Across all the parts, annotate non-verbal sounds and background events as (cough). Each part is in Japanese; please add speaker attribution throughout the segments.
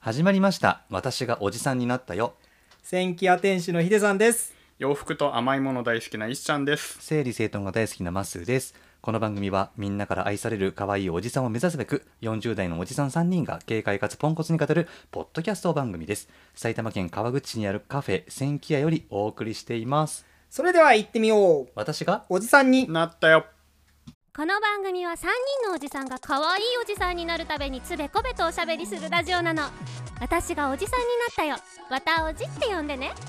Speaker 1: 始まりました私がおじさんになったよ
Speaker 2: 千キア天使のヒデさんです。
Speaker 3: 洋服と甘いもの大好きなイシちゃんです。
Speaker 1: 整理整頓が大好きなマッスーですこの番組はみんなから愛される可愛いおじさんを目指すべく40代のおじさん3人が軽快かつポンコツに語るポッドキャスト番組です埼玉県川口市にあるカフェ千キ屋よりお送りしています
Speaker 2: それでは行ってみよう。
Speaker 1: 私が
Speaker 2: おじさんに。
Speaker 3: なったよ。
Speaker 4: この番組は3人のおじさんが可愛いおじさんになるためにつべこべとおしゃべりするラジオなの私がおじさんになったよわたおじって呼んでね (laughs)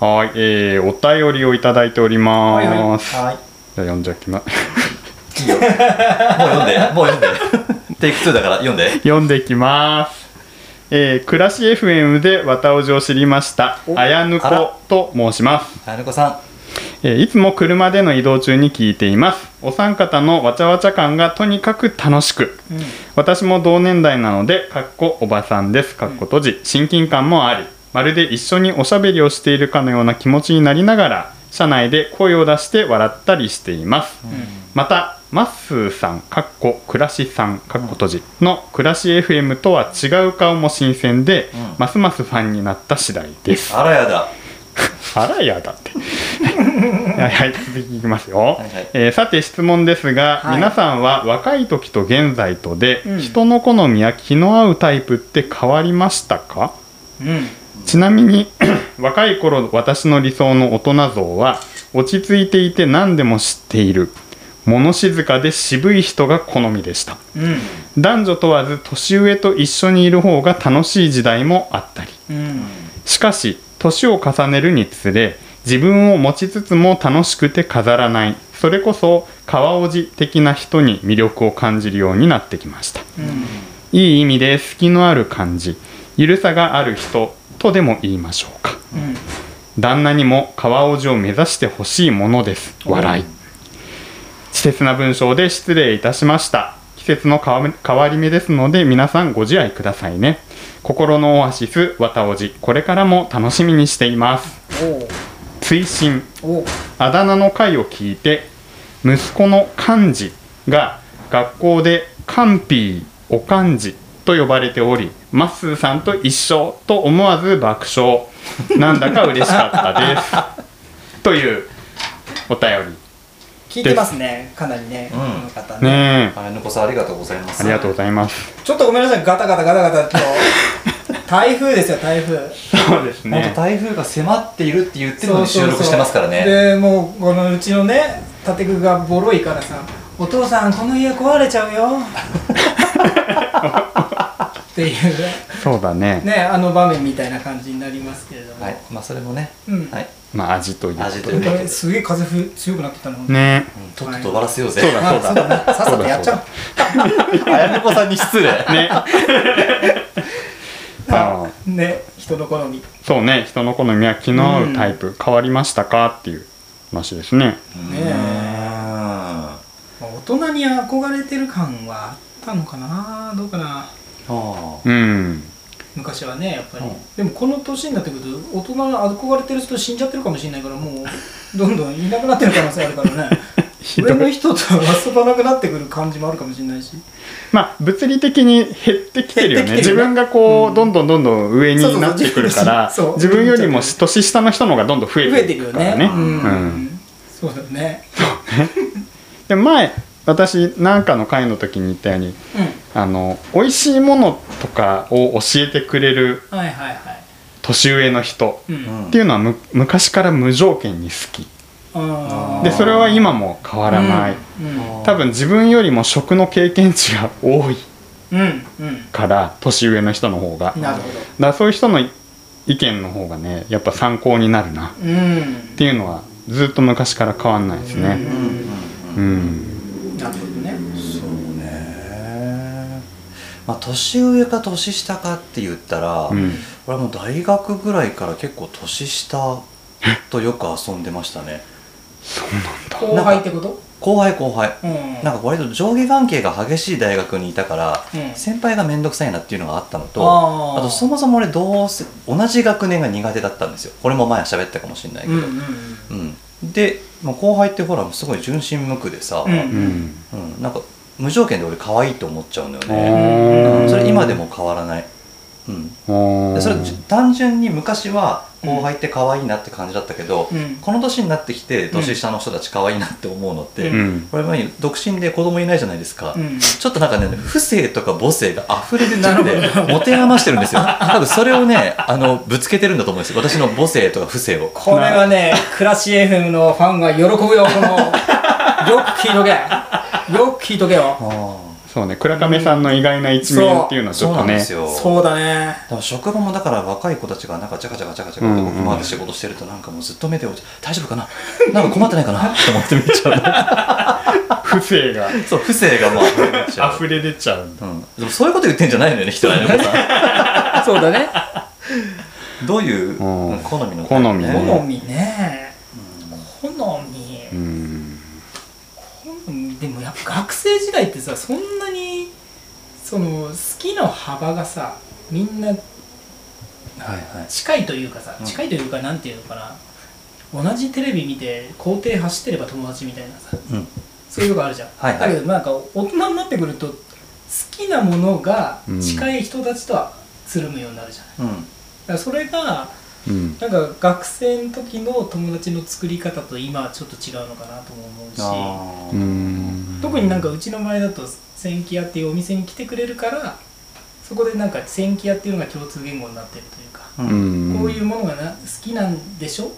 Speaker 3: はーい、えー、お便りをいただいております。
Speaker 2: はい。
Speaker 3: じゃあ読んじゃいきます。
Speaker 1: もう読んでもう読んでテイク2だから読んで
Speaker 3: 読んできます。えー、暮らし FM で綿おじを知りました
Speaker 2: お
Speaker 3: 綾ぬ
Speaker 1: あら
Speaker 3: こと申します
Speaker 1: あのこさん
Speaker 3: えーいつも車での移動中に聞いていますお三方のわちゃわちゃ感がとにかく楽しく、私も同年代なのでかっこおばさんですかっこ閉じ親近感もありまるで一緒におしゃべりをしているかのような気持ちになりながら車内で声を出して笑ったりしています、またまっすーさんかっこ暮らしさんかっこ閉じの暮らし FM とは違う顔も新鮮で、
Speaker 1: うん
Speaker 3: ますますファンになった次第です
Speaker 1: あらやだ
Speaker 3: あらやだってはいはい続きいきますよ、
Speaker 1: いはい
Speaker 3: えーさて質問ですが、
Speaker 2: はい
Speaker 3: 皆さんは若い時と現在とで、
Speaker 2: うん
Speaker 3: 人の好みや気の合うタイプって変わりましたか
Speaker 2: うん。
Speaker 3: ちなみに (coughs) 若い頃私の理想の大人像は落ち着いていて何でも知っている物静かで渋い人が好みでした
Speaker 2: うん。
Speaker 3: 男女問わず年上と一緒にいる方が楽しい時代もあったり
Speaker 2: うん。
Speaker 3: しかし年を重ねるにつれ自分を持ちつつも楽しくて飾らないそれこそ川おじ的な人に魅力を感じるようになってきましたいい意味で隙のある感じゆるさがある人とでも言いましょうか
Speaker 2: うん。
Speaker 3: 旦那にも川おじを目指してほしいものです笑い稚拙な文章で失礼いたしました季節の変わ変わり目ですので皆さんご自愛くださいね心のオアシスわたおじこれからも楽しみにしています追伸
Speaker 2: おお。
Speaker 3: あだ名の回を聞いて息子の漢字が学校でカンピーお漢字と呼ばれておりまっすーさんと一緒と思わず爆笑なんだか嬉しかったですというお便
Speaker 2: 聞いてますね。かなりね。
Speaker 1: うん
Speaker 2: この方
Speaker 3: り
Speaker 2: ね。
Speaker 3: ねえ
Speaker 1: あのこさんありがとうございます
Speaker 3: ありがとうございます
Speaker 2: ちょっとごめんなさい。ガタガタガタガタ
Speaker 1: (laughs)
Speaker 2: と。台風ですよ。台風。
Speaker 3: そうです
Speaker 1: 本当台風が迫っているって言ってるのに収録してますからね
Speaker 2: で、もうこのうちのね、建具がボロいからさ。お父さんこの家壊れちゃうよ。っていう
Speaker 3: そうだね
Speaker 2: ね、あの場面みたいな感じになりますけれども。
Speaker 1: はいまあそれもね、
Speaker 2: うん
Speaker 1: はい、
Speaker 3: まあ味ということ
Speaker 1: 味という
Speaker 3: で
Speaker 2: これすげえ風ふ強くなってきたの。
Speaker 3: ね
Speaker 1: とっとと終わらせようぜ、
Speaker 3: そうだ
Speaker 2: あそう
Speaker 1: (laughs)
Speaker 2: だね。さっさとやっちゃおう。
Speaker 1: 綾子さんに失礼
Speaker 3: えねああ
Speaker 2: ね人の好み
Speaker 3: そうね人の好みは気の合うタイプ、変わりましたかっていう話ですね
Speaker 1: ね
Speaker 2: えまあ大人に憧れてる感はあったのかなどうかな
Speaker 1: あ
Speaker 3: うん
Speaker 2: 昔はねやっぱり、
Speaker 1: うん
Speaker 2: でもこの年になってくると大人に憧れてる人死んじゃってるかもしれないからもうどんどんいなくなってる可能性あるからね
Speaker 3: (laughs) ひど
Speaker 2: 上の
Speaker 3: い
Speaker 2: 人と遊ばなくなってくる感じもあるかもしれないし
Speaker 3: まあ物理的に減ってきてるよね
Speaker 2: 減ってきて
Speaker 3: 自
Speaker 2: るね
Speaker 3: 分がこう、どんどんどんどん上
Speaker 2: そうそうそ
Speaker 3: に
Speaker 2: う
Speaker 3: なってくるから
Speaker 2: 自分そう
Speaker 3: 自分よりも年下の人の方がどんどん増
Speaker 2: 増
Speaker 3: え
Speaker 2: えて
Speaker 3: て
Speaker 2: る
Speaker 3: く
Speaker 2: よ
Speaker 3: るか
Speaker 2: ね
Speaker 3: らね
Speaker 2: うん、
Speaker 3: うん
Speaker 2: そうだよね
Speaker 3: で前私なんかの会の時に言ったように
Speaker 2: う
Speaker 3: あの美味しいものとかを教えてくれる
Speaker 2: んはいはいはい
Speaker 3: 年上の人
Speaker 2: う、
Speaker 1: ーうんん
Speaker 3: っていうのはむ昔から無条件に好き
Speaker 2: あー
Speaker 3: でそれは今も変わらない、
Speaker 2: うん
Speaker 3: 多分自分よりも食の経験値が多い
Speaker 2: うんうん、
Speaker 3: から年上の人の方が
Speaker 2: うん、
Speaker 3: だ
Speaker 2: なるほど
Speaker 3: からそういう人の意見の方がねやっぱ参考になるなっ
Speaker 2: うん
Speaker 3: ていうのはずっと昔から変わんないです
Speaker 1: う
Speaker 3: ね
Speaker 1: んうんうん
Speaker 3: うん
Speaker 2: なるほどね
Speaker 1: そうねまあ年上か年下かって言ったら、
Speaker 3: うん、
Speaker 1: 俺はもう大学ぐらいから結構年下とよく遊んでましたね
Speaker 3: そうなんだ
Speaker 2: 後輩ってこと
Speaker 1: 後輩後輩
Speaker 2: うん
Speaker 1: なんか割と上下関係が激しい大学にいたから、
Speaker 2: うん
Speaker 1: 先輩が面倒くさいなっていうのがあったのと
Speaker 2: あー
Speaker 1: あとそもそも俺どうせ同じ学年が苦手だったんですよこれも前は喋ったかもしれないけ
Speaker 2: う
Speaker 1: ど、
Speaker 2: ん
Speaker 1: う
Speaker 2: うん
Speaker 1: んでもう後輩ってほらすごい純真無垢でさ、
Speaker 2: うん
Speaker 3: うん
Speaker 1: うんなんか無条件で俺可愛いと思っちゃうんだよね、
Speaker 3: あ
Speaker 1: う
Speaker 3: ー
Speaker 1: んそれ今でも変わらない、うん、
Speaker 3: あー
Speaker 1: でそれ単純に昔は後輩って可愛いなって感じだったけど、
Speaker 2: うん
Speaker 1: この年になってきて年下の人たち可愛いなって思うのって、
Speaker 2: う
Speaker 3: うん
Speaker 1: これ前に独身で子供いないじゃないですか、
Speaker 2: うん
Speaker 1: ちょっとなんかね不正とか母性が溢れ出ちゃっ
Speaker 2: なるほ
Speaker 1: て持て余してるんですよ多分それをねあのぶつけてるんだと思うんですよ私の母性とか不正を
Speaker 2: これはね、クラシ FM のファンが喜ぶよ、 (laughs) この。よく聞いとけ。よく聞いとけよ。
Speaker 3: そうね倉亀さんの意外な一面っていうのはちょ
Speaker 1: そう
Speaker 3: っ
Speaker 1: な
Speaker 3: と
Speaker 1: んで
Speaker 3: ね
Speaker 1: すよ
Speaker 2: そうだね。
Speaker 1: でも職場もだから若い子たちがなんかちゃかちゃかちゃかちゃか
Speaker 3: うん
Speaker 1: ここまで仕事してるとなんかもうずっと目で追っちゃう大丈夫かな (laughs) なんか困ってないかなって思って見ちゃ
Speaker 3: 不正が
Speaker 1: う (laughs) そう不正がまあ溢れ出ちゃう
Speaker 3: 溢れ出ちゃうんだ
Speaker 1: うん、でもそういうこと言ってんじゃないのよね人はね皆さ
Speaker 2: そうだね。
Speaker 1: ん (laughs) どういう
Speaker 3: うん
Speaker 1: 好みの
Speaker 3: 好みね
Speaker 2: 好みね。好み。
Speaker 3: うん
Speaker 2: でもやっぱ学生時代ってさそんなにその好きの幅がさみんな
Speaker 1: はいはい
Speaker 2: 近いというかさ
Speaker 1: うん
Speaker 2: 近いというかなんていうのかな同じテレビ見て校庭走ってれば友達みたいなさ
Speaker 1: うん
Speaker 2: そういうとこあるじゃん、
Speaker 1: はいはい
Speaker 2: だけどなんか大人になってくると好きなものが
Speaker 3: うん
Speaker 2: 近い人たちとはつるむようになるじゃない、
Speaker 1: うん
Speaker 2: だからそれが
Speaker 3: うん
Speaker 2: なんか学生の時の友達の作り方と今はちょっと違うのかなとも思うし
Speaker 1: あ
Speaker 3: う
Speaker 1: ー
Speaker 3: ん
Speaker 2: 特になんかうちの前だと千木屋っていうお店に来てくれるからそこでなんか千木屋っていうのが共通言語になってるというか、
Speaker 1: う
Speaker 3: うんん
Speaker 2: こういうものがな好きなんでしょ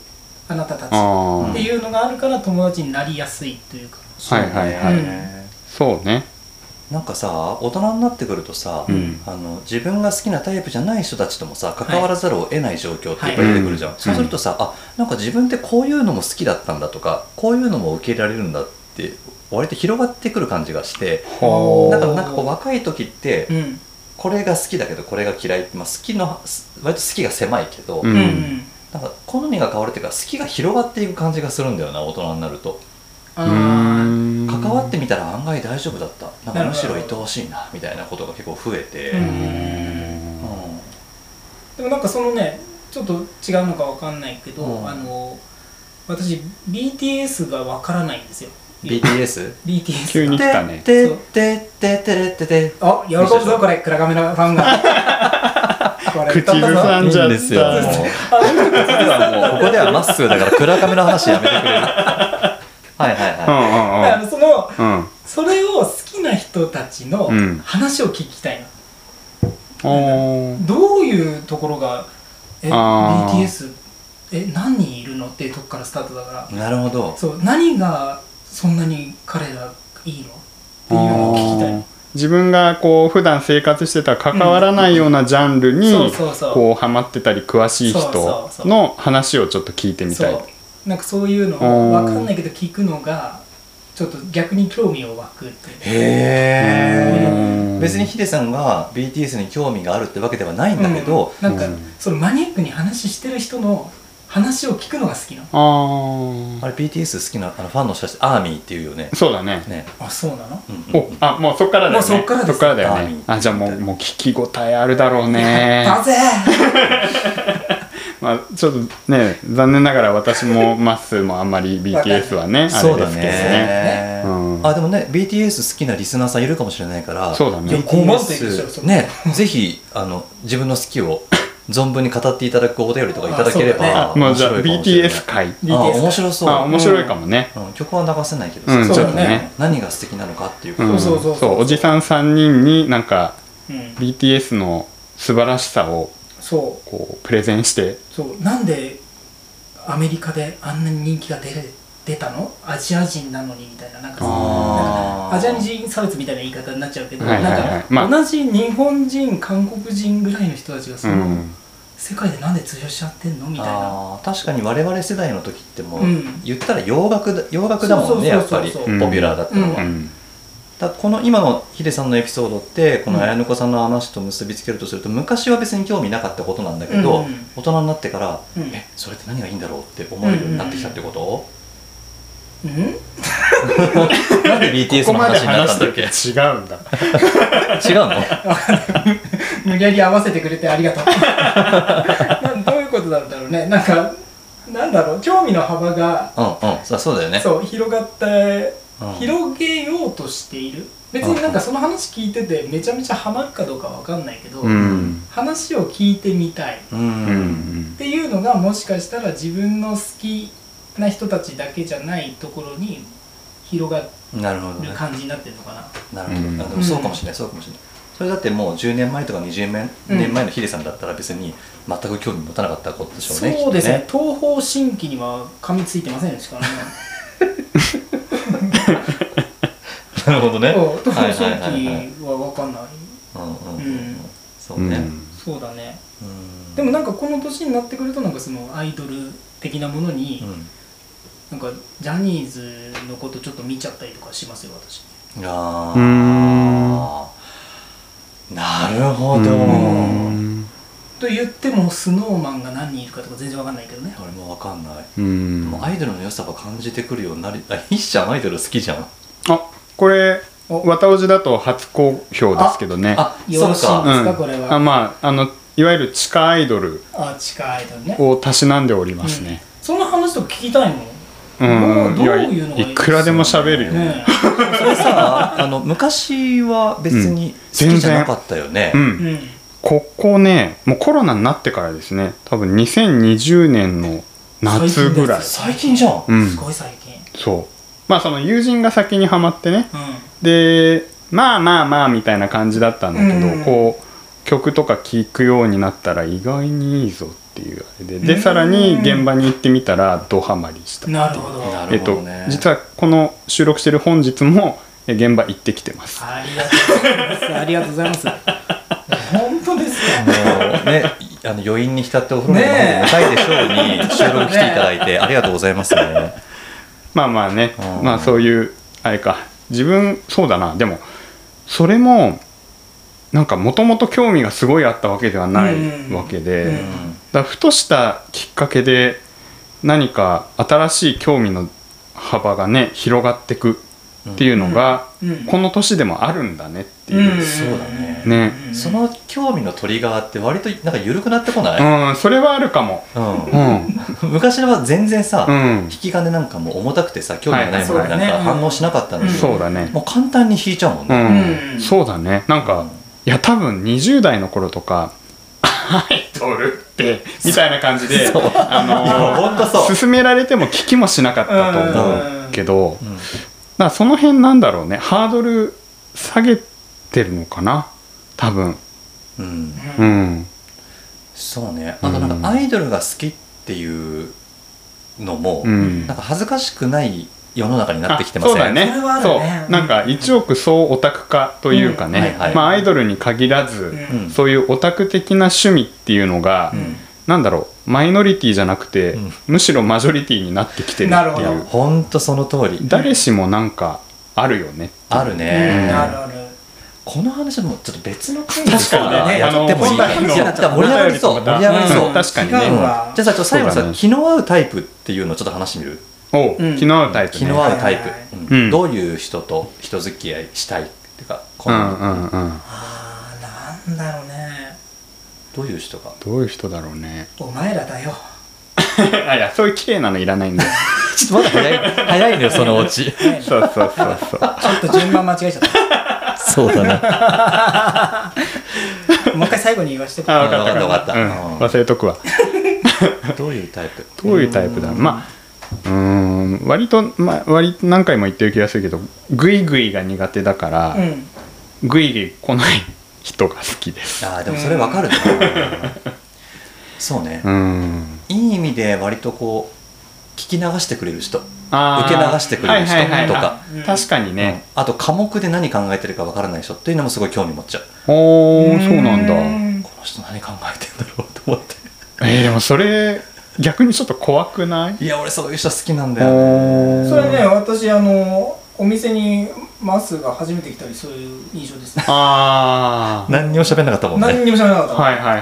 Speaker 2: あなたたちっ
Speaker 3: あ
Speaker 2: て
Speaker 3: あ
Speaker 2: いうのがあるから友達になりやすいというか
Speaker 1: そうね
Speaker 3: はいはい
Speaker 2: はい
Speaker 3: そうね
Speaker 1: なんかさ大人になってくるとさ、
Speaker 3: うん
Speaker 1: あの自分が好きなタイプじゃない人たちともさ関わらざるを得ない状況っていっぱい出てくるじゃん、
Speaker 3: はい
Speaker 1: そうするとさ、あなんか自分ってこういうのも好きだったんだとかこういうのも受け入れられるんだって割と広がってくる感じがして
Speaker 2: ほおー
Speaker 1: だからなんかこう若い時って
Speaker 2: うん
Speaker 1: これが好きだけどこれが嫌いって、まあ、好きのす割と好きが狭いけど、
Speaker 3: う
Speaker 2: うんん、
Speaker 1: なんか好みが変わるっていうか好きが広がっていく感じがするんだよな大人になると
Speaker 2: あ
Speaker 1: 関わってみたら案外大丈夫だったなんかむしろ
Speaker 2: な
Speaker 1: 愛
Speaker 2: るほど
Speaker 1: おしいなみたいなことが結構増えて、
Speaker 2: う
Speaker 1: うん
Speaker 2: んーでもなんかそのねちょっと違うのかわかんないけど、
Speaker 1: うん
Speaker 2: あの私 BTS がわからないんですよ
Speaker 1: BTS?
Speaker 2: BTS が
Speaker 3: 急に来たね
Speaker 1: てってってってれってて
Speaker 2: あ、喜ぶぞこれ、クラガメのファンが。
Speaker 3: (laughs)
Speaker 2: これ
Speaker 3: 口ずさんじゃっ
Speaker 1: いいんですよもう
Speaker 3: た
Speaker 1: ここではまっすぐだから暗カメの話やめて (laughs) くれるはいはいは
Speaker 2: あのその
Speaker 3: うんうんうん
Speaker 2: それを好きな人たちの
Speaker 3: うん
Speaker 2: 話を聞きたいな、
Speaker 3: おー
Speaker 2: どういうところがえ
Speaker 3: あー
Speaker 2: BTS え何人いるのっていうとこからスタートだか
Speaker 1: いなるほど
Speaker 2: らそう何がそんなに彼らいいのっていうのを聞きたい
Speaker 3: 自分がこう普段生活してたら関わらないようなジャンルに
Speaker 2: そうそうそう
Speaker 3: こうハマってたり詳しい人の話をちょっと聞いてみたい
Speaker 2: そうなんかそういうのを分かんないけど聞くのがちょっと逆に興味を湧くっていう
Speaker 1: へえ別にヒデさんが BTS に興味があるってわけではないんだけど、
Speaker 2: うんなんか、
Speaker 3: うん
Speaker 2: そのマニアックに話してる人の話を聞くのが好きなの
Speaker 3: あー
Speaker 1: あれ BTS 好きなあのファンの人たちアーミーっていうよね
Speaker 3: そうだね
Speaker 1: ね、
Speaker 2: あそうなの
Speaker 1: うんうん
Speaker 3: おあもうそっからだよね
Speaker 2: もうそっからです
Speaker 3: だよねあじゃあもうもう聞き応えあるだろうね
Speaker 2: だぜ
Speaker 3: まあちょっとね残念ながら私もまっすーもあんまり BTS はねあ
Speaker 1: そ
Speaker 3: れ
Speaker 1: う
Speaker 3: で
Speaker 1: だ
Speaker 3: す
Speaker 1: ね
Speaker 3: けどねうん
Speaker 1: あでもね BTS 好きなリスナーさんいるかもしれないから
Speaker 3: そうだね
Speaker 1: いや
Speaker 2: BTS
Speaker 1: 5万といくでしょ
Speaker 2: それ
Speaker 1: ねぜひあの自分の好きを (coughs) 存分に語っていただくお便りとかいただければ
Speaker 2: あ
Speaker 3: もうじゃあ
Speaker 1: 面白いかもしれない
Speaker 3: BTS 会
Speaker 2: BTS
Speaker 1: あ面白そう
Speaker 3: あ面白いかもね
Speaker 1: うん曲は流せないけど
Speaker 3: う
Speaker 1: さ
Speaker 3: ん
Speaker 2: そう
Speaker 3: ちょ
Speaker 2: だ
Speaker 3: っ
Speaker 2: ね
Speaker 3: とね
Speaker 1: 何が素敵なのかっていうこと
Speaker 3: うん
Speaker 2: そうそうそうそう
Speaker 3: おじさん3人になんか
Speaker 2: うん、
Speaker 3: BTS の素晴らしさを
Speaker 2: そ
Speaker 3: こうプレゼンして
Speaker 2: うそうなんでアメリカであんなに人気が出る出たのアジア人なのにみたいななんかさ
Speaker 1: あー
Speaker 2: アジア人差別みたいな言い方になっちゃうけど、
Speaker 3: はいはいはい
Speaker 2: なんか、
Speaker 3: まあ
Speaker 2: 同じ日本人韓国人ぐらいの人たちがそうの、
Speaker 3: ん
Speaker 2: 世界でなんで通用しちゃってんのみたいな
Speaker 1: あー確かに我々世代の時ってもう、
Speaker 2: うん
Speaker 1: 言ったら洋楽だ洋楽だもんね
Speaker 2: そう
Speaker 1: や
Speaker 2: そう
Speaker 1: っ
Speaker 2: そうそう
Speaker 1: ぱりポ
Speaker 2: う
Speaker 1: ピ
Speaker 3: ん
Speaker 1: ュラーだったのは、
Speaker 2: うん
Speaker 3: うん
Speaker 1: だこの今のヒデさんのエピソードってこの
Speaker 2: うん
Speaker 1: 綾乃子さんの話と結びつけるとすると、昔は別に興味なかったことなんだけど、
Speaker 2: うんうん
Speaker 1: 大人になってから、
Speaker 2: うん
Speaker 1: えそれって何がいいんだろうって思えるようになってきたってこと、
Speaker 2: うん
Speaker 1: なんで BTS
Speaker 3: ここ
Speaker 1: の
Speaker 3: まで
Speaker 1: 話になっ
Speaker 3: 話
Speaker 1: たん
Speaker 3: して
Speaker 1: だっ
Speaker 3: る
Speaker 1: け
Speaker 3: けど違うんだ
Speaker 1: 違うの
Speaker 3: (laughs)
Speaker 2: 無理やり合わせてくれてありがとうなどういうことなんだろうねなんかなんだろう興味の幅が、
Speaker 1: うんうんそうそうだよね
Speaker 2: そう広がって
Speaker 1: うん
Speaker 2: 広げようとしている別になんかその話聞いててめちゃめちゃハマるかどうかわかんないけど、
Speaker 3: うん
Speaker 2: 話を聞いてみたいっ
Speaker 1: うん
Speaker 3: うんうん
Speaker 2: ていうのがもしかしたら自分の好きな人たちだけじゃないところに広がる
Speaker 1: なるほどね
Speaker 2: 感じになってるのかな、
Speaker 1: なるほど、
Speaker 3: うん
Speaker 1: あでもそうかもしれない、そうかもしれないそれだってもう10年前とか20年
Speaker 2: うん
Speaker 1: 年前のヒデさんだったら別に全く興味持たなかったことでしょうね、
Speaker 2: そうですね
Speaker 1: きっ
Speaker 2: 東方神起には噛みついてませんでしたからね
Speaker 1: とねなるほどね
Speaker 2: (laughs) そう東
Speaker 1: はい
Speaker 2: 方
Speaker 1: はいはいはい
Speaker 2: 神起は分かんない、
Speaker 1: うんうんうん
Speaker 2: うん
Speaker 1: そううね、
Speaker 3: ん
Speaker 2: そうだね
Speaker 1: うん
Speaker 2: でもなんかこの年になってくるとなんかそのアイドル的なものに、なんかジャニーズのことちょっと見ちゃったりとかしますよ私
Speaker 1: うんあ
Speaker 3: うーん
Speaker 1: あなるほど
Speaker 3: うん
Speaker 2: と言ってもスノーマンが何人いるかとか全然わかんないけどね
Speaker 1: 俺もわかんない、
Speaker 3: うん
Speaker 1: もうアイドルの良さが感じてくるようになりあひっちゃんアイドル好きじゃん
Speaker 3: あこれ
Speaker 2: お
Speaker 3: わたおじだと初公表ですけどね
Speaker 1: あ
Speaker 2: よ
Speaker 1: そ
Speaker 2: ろ
Speaker 1: う
Speaker 2: しいん
Speaker 1: か
Speaker 2: ですか、
Speaker 3: うん
Speaker 2: これ
Speaker 3: あ
Speaker 2: は
Speaker 3: まああのいわゆる地下アイドル
Speaker 2: あ地下アイドルね
Speaker 3: をたしなんでおりますね、
Speaker 2: その話とか聞きたいもん
Speaker 3: うん
Speaker 2: どうどういうのがいい
Speaker 3: やいくらでも喋るよ、
Speaker 2: ね
Speaker 1: それさあの昔は別に好きじゃなかったよね、
Speaker 3: う
Speaker 2: えうんん
Speaker 3: ここねもうコロナになってからですね多分2020年の夏ぐらい
Speaker 1: 最近じゃん、
Speaker 3: うん
Speaker 2: すごい最近
Speaker 3: そうまあその友人が先にはまってね
Speaker 2: うん
Speaker 3: でまあまあまあみたいな感じだったんだけど、
Speaker 2: うん
Speaker 3: こう曲とか聴くようになったら意外にいいぞっていうあれでで、
Speaker 2: うん
Speaker 3: さらに現場に行ってみたらドハマりした
Speaker 2: なるほど。
Speaker 1: な
Speaker 3: え
Speaker 1: る
Speaker 3: っ
Speaker 1: ほ
Speaker 3: と
Speaker 1: どね、
Speaker 3: 実はこの収録してる本日もえ現場行ってきてます
Speaker 2: ありがとうございます。ありがとうございます。本当ですか。
Speaker 1: もうねあの余韻に浸ってお風呂に入りたいでしょうに収録来ていただいてありがとうございますね
Speaker 3: まあまあね、
Speaker 1: うん
Speaker 3: まあそういうあれか自分そうだなでもそれもなんかもともと興味がすごいあったわけではないわけで、
Speaker 2: うんう
Speaker 1: うんん
Speaker 3: だからふとしたきっかけで何か新しい興味の幅がね広がってくっていうのが、
Speaker 2: うん
Speaker 3: この年でもあるんだねっていう、
Speaker 1: そうだね
Speaker 3: ね
Speaker 1: その興味のトリガーって割となんか緩くなってこな
Speaker 3: う
Speaker 1: い、
Speaker 3: ん、それはあるかも、
Speaker 1: うん
Speaker 3: うん
Speaker 1: 昔は全然さ、
Speaker 3: うん
Speaker 1: 引、き金なんかもう重たくてさ興味がないものになん
Speaker 2: はいそうだ
Speaker 1: か
Speaker 2: ね
Speaker 1: 反応しなかったのに、
Speaker 2: うん
Speaker 3: そうだね
Speaker 1: もう簡単に引いちゃうもん
Speaker 3: う
Speaker 1: ね、
Speaker 3: ん、
Speaker 2: うん
Speaker 3: そうだねなんか、
Speaker 1: うん
Speaker 3: いや多分20代の頃とかアイドルってみたいな感じで、
Speaker 1: いや
Speaker 3: あ
Speaker 1: ほんと
Speaker 3: の (laughs)
Speaker 1: そう、
Speaker 3: 勧められても聞きもしなかったと思うけど、だからその辺なんだろうねハードル下げてるのかな多分
Speaker 1: うん、
Speaker 3: うん
Speaker 1: そうねあとなんかアイドルが好きっていうのも、
Speaker 3: うん
Speaker 1: なんか恥ずかしくない世の中になってきてません
Speaker 3: あそうだね
Speaker 2: それはある
Speaker 3: そう
Speaker 2: ね
Speaker 3: なんか一億総オタク化というかね、
Speaker 1: うんはいはい
Speaker 3: まあ、アイドルに限らず、
Speaker 2: うん
Speaker 3: そういうオタク的な趣味っていうのが、
Speaker 1: うん
Speaker 3: なんだろうマイノリティじゃなくて、
Speaker 1: うん
Speaker 3: むしろマジョリティになってきてる
Speaker 2: なる
Speaker 3: っ
Speaker 2: ほ
Speaker 3: て
Speaker 1: い
Speaker 3: い
Speaker 1: や
Speaker 3: う
Speaker 1: ほんとその通り
Speaker 3: 誰しもなんかあるよね
Speaker 1: ある
Speaker 2: うん
Speaker 1: ね、
Speaker 2: あるある。
Speaker 1: この話もちょっと別の回
Speaker 2: 確かにね
Speaker 1: やってもいい
Speaker 2: あの本来の
Speaker 1: いやだから盛り上がりそう盛り上がりそう、
Speaker 3: ん確かに
Speaker 1: う
Speaker 2: 違
Speaker 1: ん
Speaker 2: う
Speaker 3: ね
Speaker 2: わ
Speaker 1: じゃあさちょっと最後に
Speaker 3: そ
Speaker 1: さ、
Speaker 3: うだね
Speaker 1: 気の合うタイプっていうのをちょっと話してみる
Speaker 3: おう、
Speaker 2: うん
Speaker 3: 気の合うタイプね
Speaker 1: 気の合うタイ
Speaker 2: はいはい
Speaker 1: プ、
Speaker 3: うん
Speaker 1: どういう人と人付き合いしたいっていうかこ
Speaker 3: う
Speaker 1: の、
Speaker 3: んうんうん
Speaker 2: ああ、なんだろうね。
Speaker 1: どういう人が
Speaker 3: どういう人だろうね
Speaker 2: お前らだよ。
Speaker 3: あいやそういう綺麗なのいらないん
Speaker 1: (laughs)
Speaker 3: だよ
Speaker 1: ちょっとまだ早い早いのよそのう
Speaker 3: (laughs)
Speaker 1: ち
Speaker 2: ねちょ
Speaker 3: そうそうそうそう
Speaker 2: っと順番間違えちゃっ
Speaker 1: そうだな
Speaker 2: た。もう一回最後に言わせてくれ
Speaker 3: あ分かった
Speaker 1: わか
Speaker 3: 分か
Speaker 1: っ
Speaker 3: ったた、
Speaker 1: わ
Speaker 3: う
Speaker 1: かった
Speaker 3: ん、忘れとくわ
Speaker 1: どういうタイプ
Speaker 3: どういうタイプだろうまあうーん割と、まあ、割と何回も言ってる気がするけどグイグイが苦手だから、
Speaker 2: うん。
Speaker 3: グイグイ来ない人が好きです
Speaker 1: あーでもそれわかるな、そうね、
Speaker 3: うん
Speaker 1: いい意味で割とこう聞き流してくれる人、
Speaker 3: あー
Speaker 1: 受け流してくれる人
Speaker 3: はいはいはい
Speaker 1: とか
Speaker 3: あ確かにね、
Speaker 1: あと科目で何考えてるかわからない人っていうのもすごい興味持っちゃう
Speaker 3: おおそうなんだ
Speaker 1: この人何考えてんだろうと思って
Speaker 3: えー、でもそれ逆にちょっと怖くない
Speaker 1: いや俺そういう人好きなん
Speaker 3: お
Speaker 1: だよね
Speaker 3: ー
Speaker 2: それね、私あのお店にマスが初めて来たりそういう印象ですね。
Speaker 3: あ
Speaker 1: 何にも喋んなかったもんね
Speaker 2: 何にも知らなかっ
Speaker 3: あ
Speaker 2: た。
Speaker 3: はいはいはい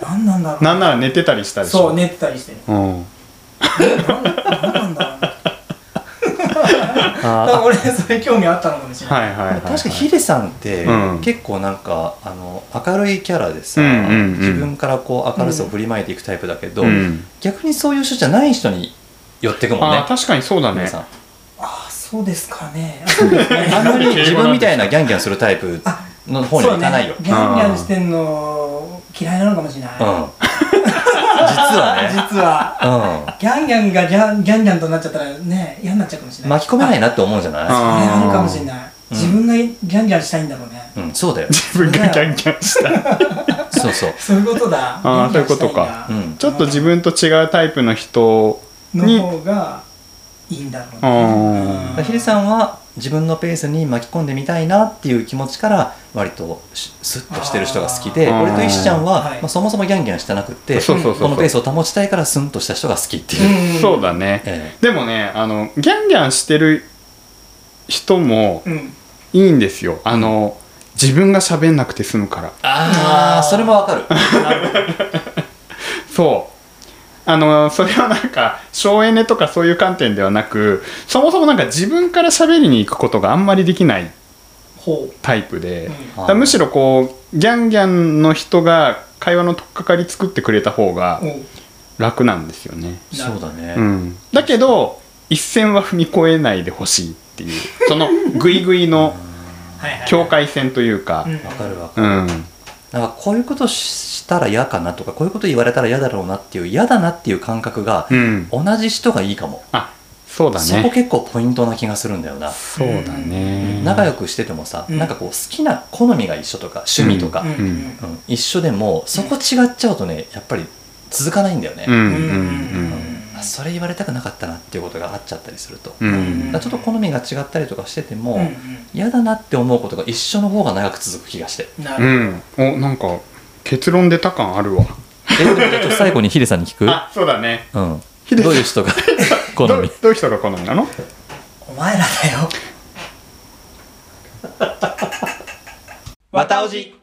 Speaker 3: は
Speaker 2: なんなんだろう。
Speaker 3: いなんなら寝てたりしたでしょ
Speaker 2: そう、寝
Speaker 3: (laughs)
Speaker 2: てたりして。
Speaker 3: うん
Speaker 2: なんなんだろうね。だか
Speaker 3: あ
Speaker 2: ら
Speaker 3: ー
Speaker 2: 俺それ興味あったのかもしれない、
Speaker 3: はいはいはい、はい、
Speaker 1: 確かヒデさんって
Speaker 3: うん
Speaker 1: 結構なんか、あの明るいキャラでさ、
Speaker 3: うんうんうん
Speaker 1: 自分からこう明るさを振りまいていくタイプだけど、
Speaker 3: うん
Speaker 1: 逆にそういう人じゃない人に寄ってくもん
Speaker 3: あ
Speaker 1: ね
Speaker 3: ー確かにそうだね
Speaker 1: 皆さん
Speaker 2: ああそうですかね
Speaker 3: (laughs)
Speaker 2: あそうですね
Speaker 1: あんまり自分みたいなギャンギャンするタイプの方には行かないよう,、
Speaker 2: そうねギャンギャンしてんの嫌いなのかもしれない、
Speaker 1: ん (laughs) 実は
Speaker 2: 実は
Speaker 1: ね、
Speaker 2: ギャンギャンがギャンギャンギャンとなっちゃったらね嫌になっちゃうかもしれ
Speaker 1: う、
Speaker 2: なんい
Speaker 1: 巻き込めないいなって思うんじゃない
Speaker 3: あ
Speaker 2: あれあるかもしれない、
Speaker 1: うん
Speaker 2: 自分がギャンギャンしたいんだろうね、
Speaker 1: うん、そうだよ
Speaker 3: 自分がキャンキャン
Speaker 1: (laughs)
Speaker 3: したい
Speaker 1: そうそう
Speaker 2: そういうことだ
Speaker 3: (laughs) あー
Speaker 2: ギャンギャンしたんだ
Speaker 3: そういうこと
Speaker 1: かうん
Speaker 3: ちょっと自分と違うタイプの人に
Speaker 2: の方がいいんだろう
Speaker 3: あ
Speaker 1: ヒデさ
Speaker 2: ん
Speaker 1: んは自分のペースに巻き込んでみたいなっていう気持ちから割としスッとしてる人が好きで
Speaker 3: あー
Speaker 1: 俺と石ちゃんは、
Speaker 2: はい
Speaker 1: まあ、そもそもギャンギャンしてなくって
Speaker 3: そうそうそうそう
Speaker 1: このペースを保ちたいからスンとした人が好きっていう、
Speaker 2: うん
Speaker 3: そうだね
Speaker 1: え
Speaker 3: でもねあのギャンギャンしてる人も
Speaker 2: うん
Speaker 3: いいんですよあの自分が喋んなくて済むから
Speaker 1: えああそれもわかる
Speaker 3: そうあのそれはなんか省エネとかそういう観点ではなくそもそもなんか自分から喋りに行くことがあんまりできない
Speaker 2: ほ
Speaker 3: タイプ
Speaker 2: う、
Speaker 3: で、
Speaker 2: うん
Speaker 3: だからむしろこうギャンギャンの人が会話の取っかかり作ってくれた方が
Speaker 2: おう
Speaker 3: 楽なんですよね、
Speaker 1: そうだね、
Speaker 3: うん、だけど一線は踏み越えないでほしいっていうそのグイグイの
Speaker 2: はいはいはい
Speaker 3: 境界線というか
Speaker 2: うん
Speaker 1: わかるわかる
Speaker 3: うん
Speaker 1: なんかこういうことしたら嫌かなとかこういうこと言われたら嫌だろうなっていう嫌だなっていう感覚が
Speaker 3: うん
Speaker 1: 同じ人がいいかも、
Speaker 3: あそうだ
Speaker 1: そこ
Speaker 3: ね
Speaker 1: 結構ポイントな気がするんだよな
Speaker 3: そうだね
Speaker 1: 仲
Speaker 3: 良
Speaker 1: 良くしててもさ、
Speaker 2: うん
Speaker 1: なんかこう好きな好みが一緒とか趣味とか、
Speaker 2: うんうん
Speaker 1: うん一緒でもそこ違っちゃうとねやっぱり続かないんだよね、
Speaker 3: うん
Speaker 2: うん
Speaker 3: うんう
Speaker 2: うん
Speaker 3: ん
Speaker 1: あそれ言われたくなかったなっていうことがあっちゃったりすると、
Speaker 3: う
Speaker 1: だか
Speaker 3: ん
Speaker 1: らちょっと好みが違ったりとかしてても、
Speaker 2: うん
Speaker 1: 嫌だなって思うことが一緒の方が長く続く気がして
Speaker 2: うんな
Speaker 3: う
Speaker 2: る
Speaker 3: ん、おなんか結論出た感あるわ
Speaker 1: えでもじゃあちょっと最後にヒデさんに聞く、
Speaker 3: あそうだね
Speaker 1: うん、
Speaker 3: ヒデさ
Speaker 1: ど
Speaker 3: ん
Speaker 1: ういう人が (laughs) 好
Speaker 3: どう
Speaker 1: み
Speaker 3: どういう人が好みなの
Speaker 2: ほどお前らだよ
Speaker 1: わたおじ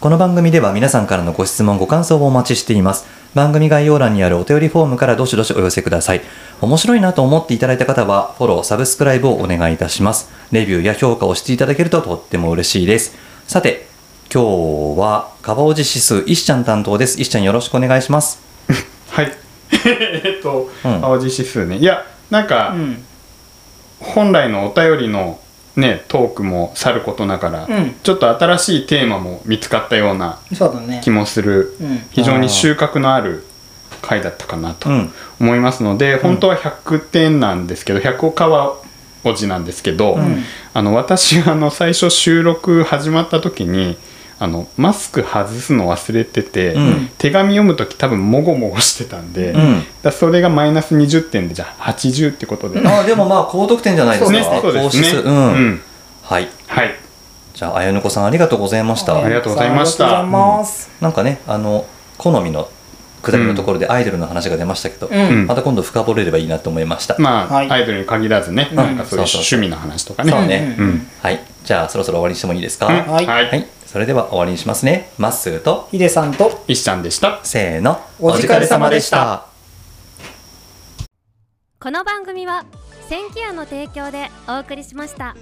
Speaker 1: この番組では皆さんからのご質問ご感想をお待ちしています番組概要欄にあるお便りフォームからどしどしお寄せください面白いなと思っていただいた方はフォローサブスクライブをお願いいたしますレビューや評価をしていただけるととっても嬉しいですさて今日はカバオジ指数石ちゃん担当です石ちゃんよろしくお願いします
Speaker 3: はい (laughs) えっと、
Speaker 1: うん
Speaker 3: 青字指数ねいやなんか、
Speaker 2: うん
Speaker 3: 本来のお便りのねトークもさることながら、
Speaker 2: うん
Speaker 3: ちょっと新しいテーマも見つかったような
Speaker 2: そうだね
Speaker 3: 気もする
Speaker 2: うん
Speaker 3: 非常に収穫のある回だったかなと
Speaker 1: うん
Speaker 3: 思いますので、本当は100点なんですけど100おかわおじなんですけど、
Speaker 2: ん
Speaker 3: あの私あの最初収録始まった時にあのマスク外すの忘れてて、
Speaker 1: うん
Speaker 3: 手紙読む時多分もごもごしてたんで、
Speaker 1: う
Speaker 3: だか
Speaker 1: ん
Speaker 3: らそれがマイナス20点でじゃあ80ってことで。
Speaker 1: あでもまあ高得点じゃないですか、
Speaker 3: そうで
Speaker 1: 高
Speaker 3: すね。
Speaker 1: 指数う、
Speaker 3: うんん、
Speaker 1: はい
Speaker 3: はい、
Speaker 1: じゃあ綾子さんありがとうございました
Speaker 3: ありがとうございました
Speaker 2: ありがとうございます
Speaker 1: なんかねあの好みのくだりのところでアイドルの話が出ましたけど、
Speaker 2: うん、
Speaker 3: うん
Speaker 1: また今度深掘れればいいなと思いました、
Speaker 3: まあ、
Speaker 2: はい
Speaker 3: アイドルに限らずね、
Speaker 2: ん
Speaker 3: なんかそういう
Speaker 1: そうそうそ
Speaker 3: 趣
Speaker 1: う
Speaker 3: 味の話とかね。
Speaker 1: そうね
Speaker 3: うん
Speaker 1: はいじゃあそろそろ終わりにしてもいいですか、
Speaker 3: うん
Speaker 1: は
Speaker 2: はい
Speaker 3: はい
Speaker 1: い、それでは終わりにしますねまっすーと
Speaker 2: ヒデさんと
Speaker 3: 石ちゃんでした。
Speaker 1: せーの
Speaker 2: お疲れ様でした
Speaker 4: この番組は「千キヤの提供でお送りしました。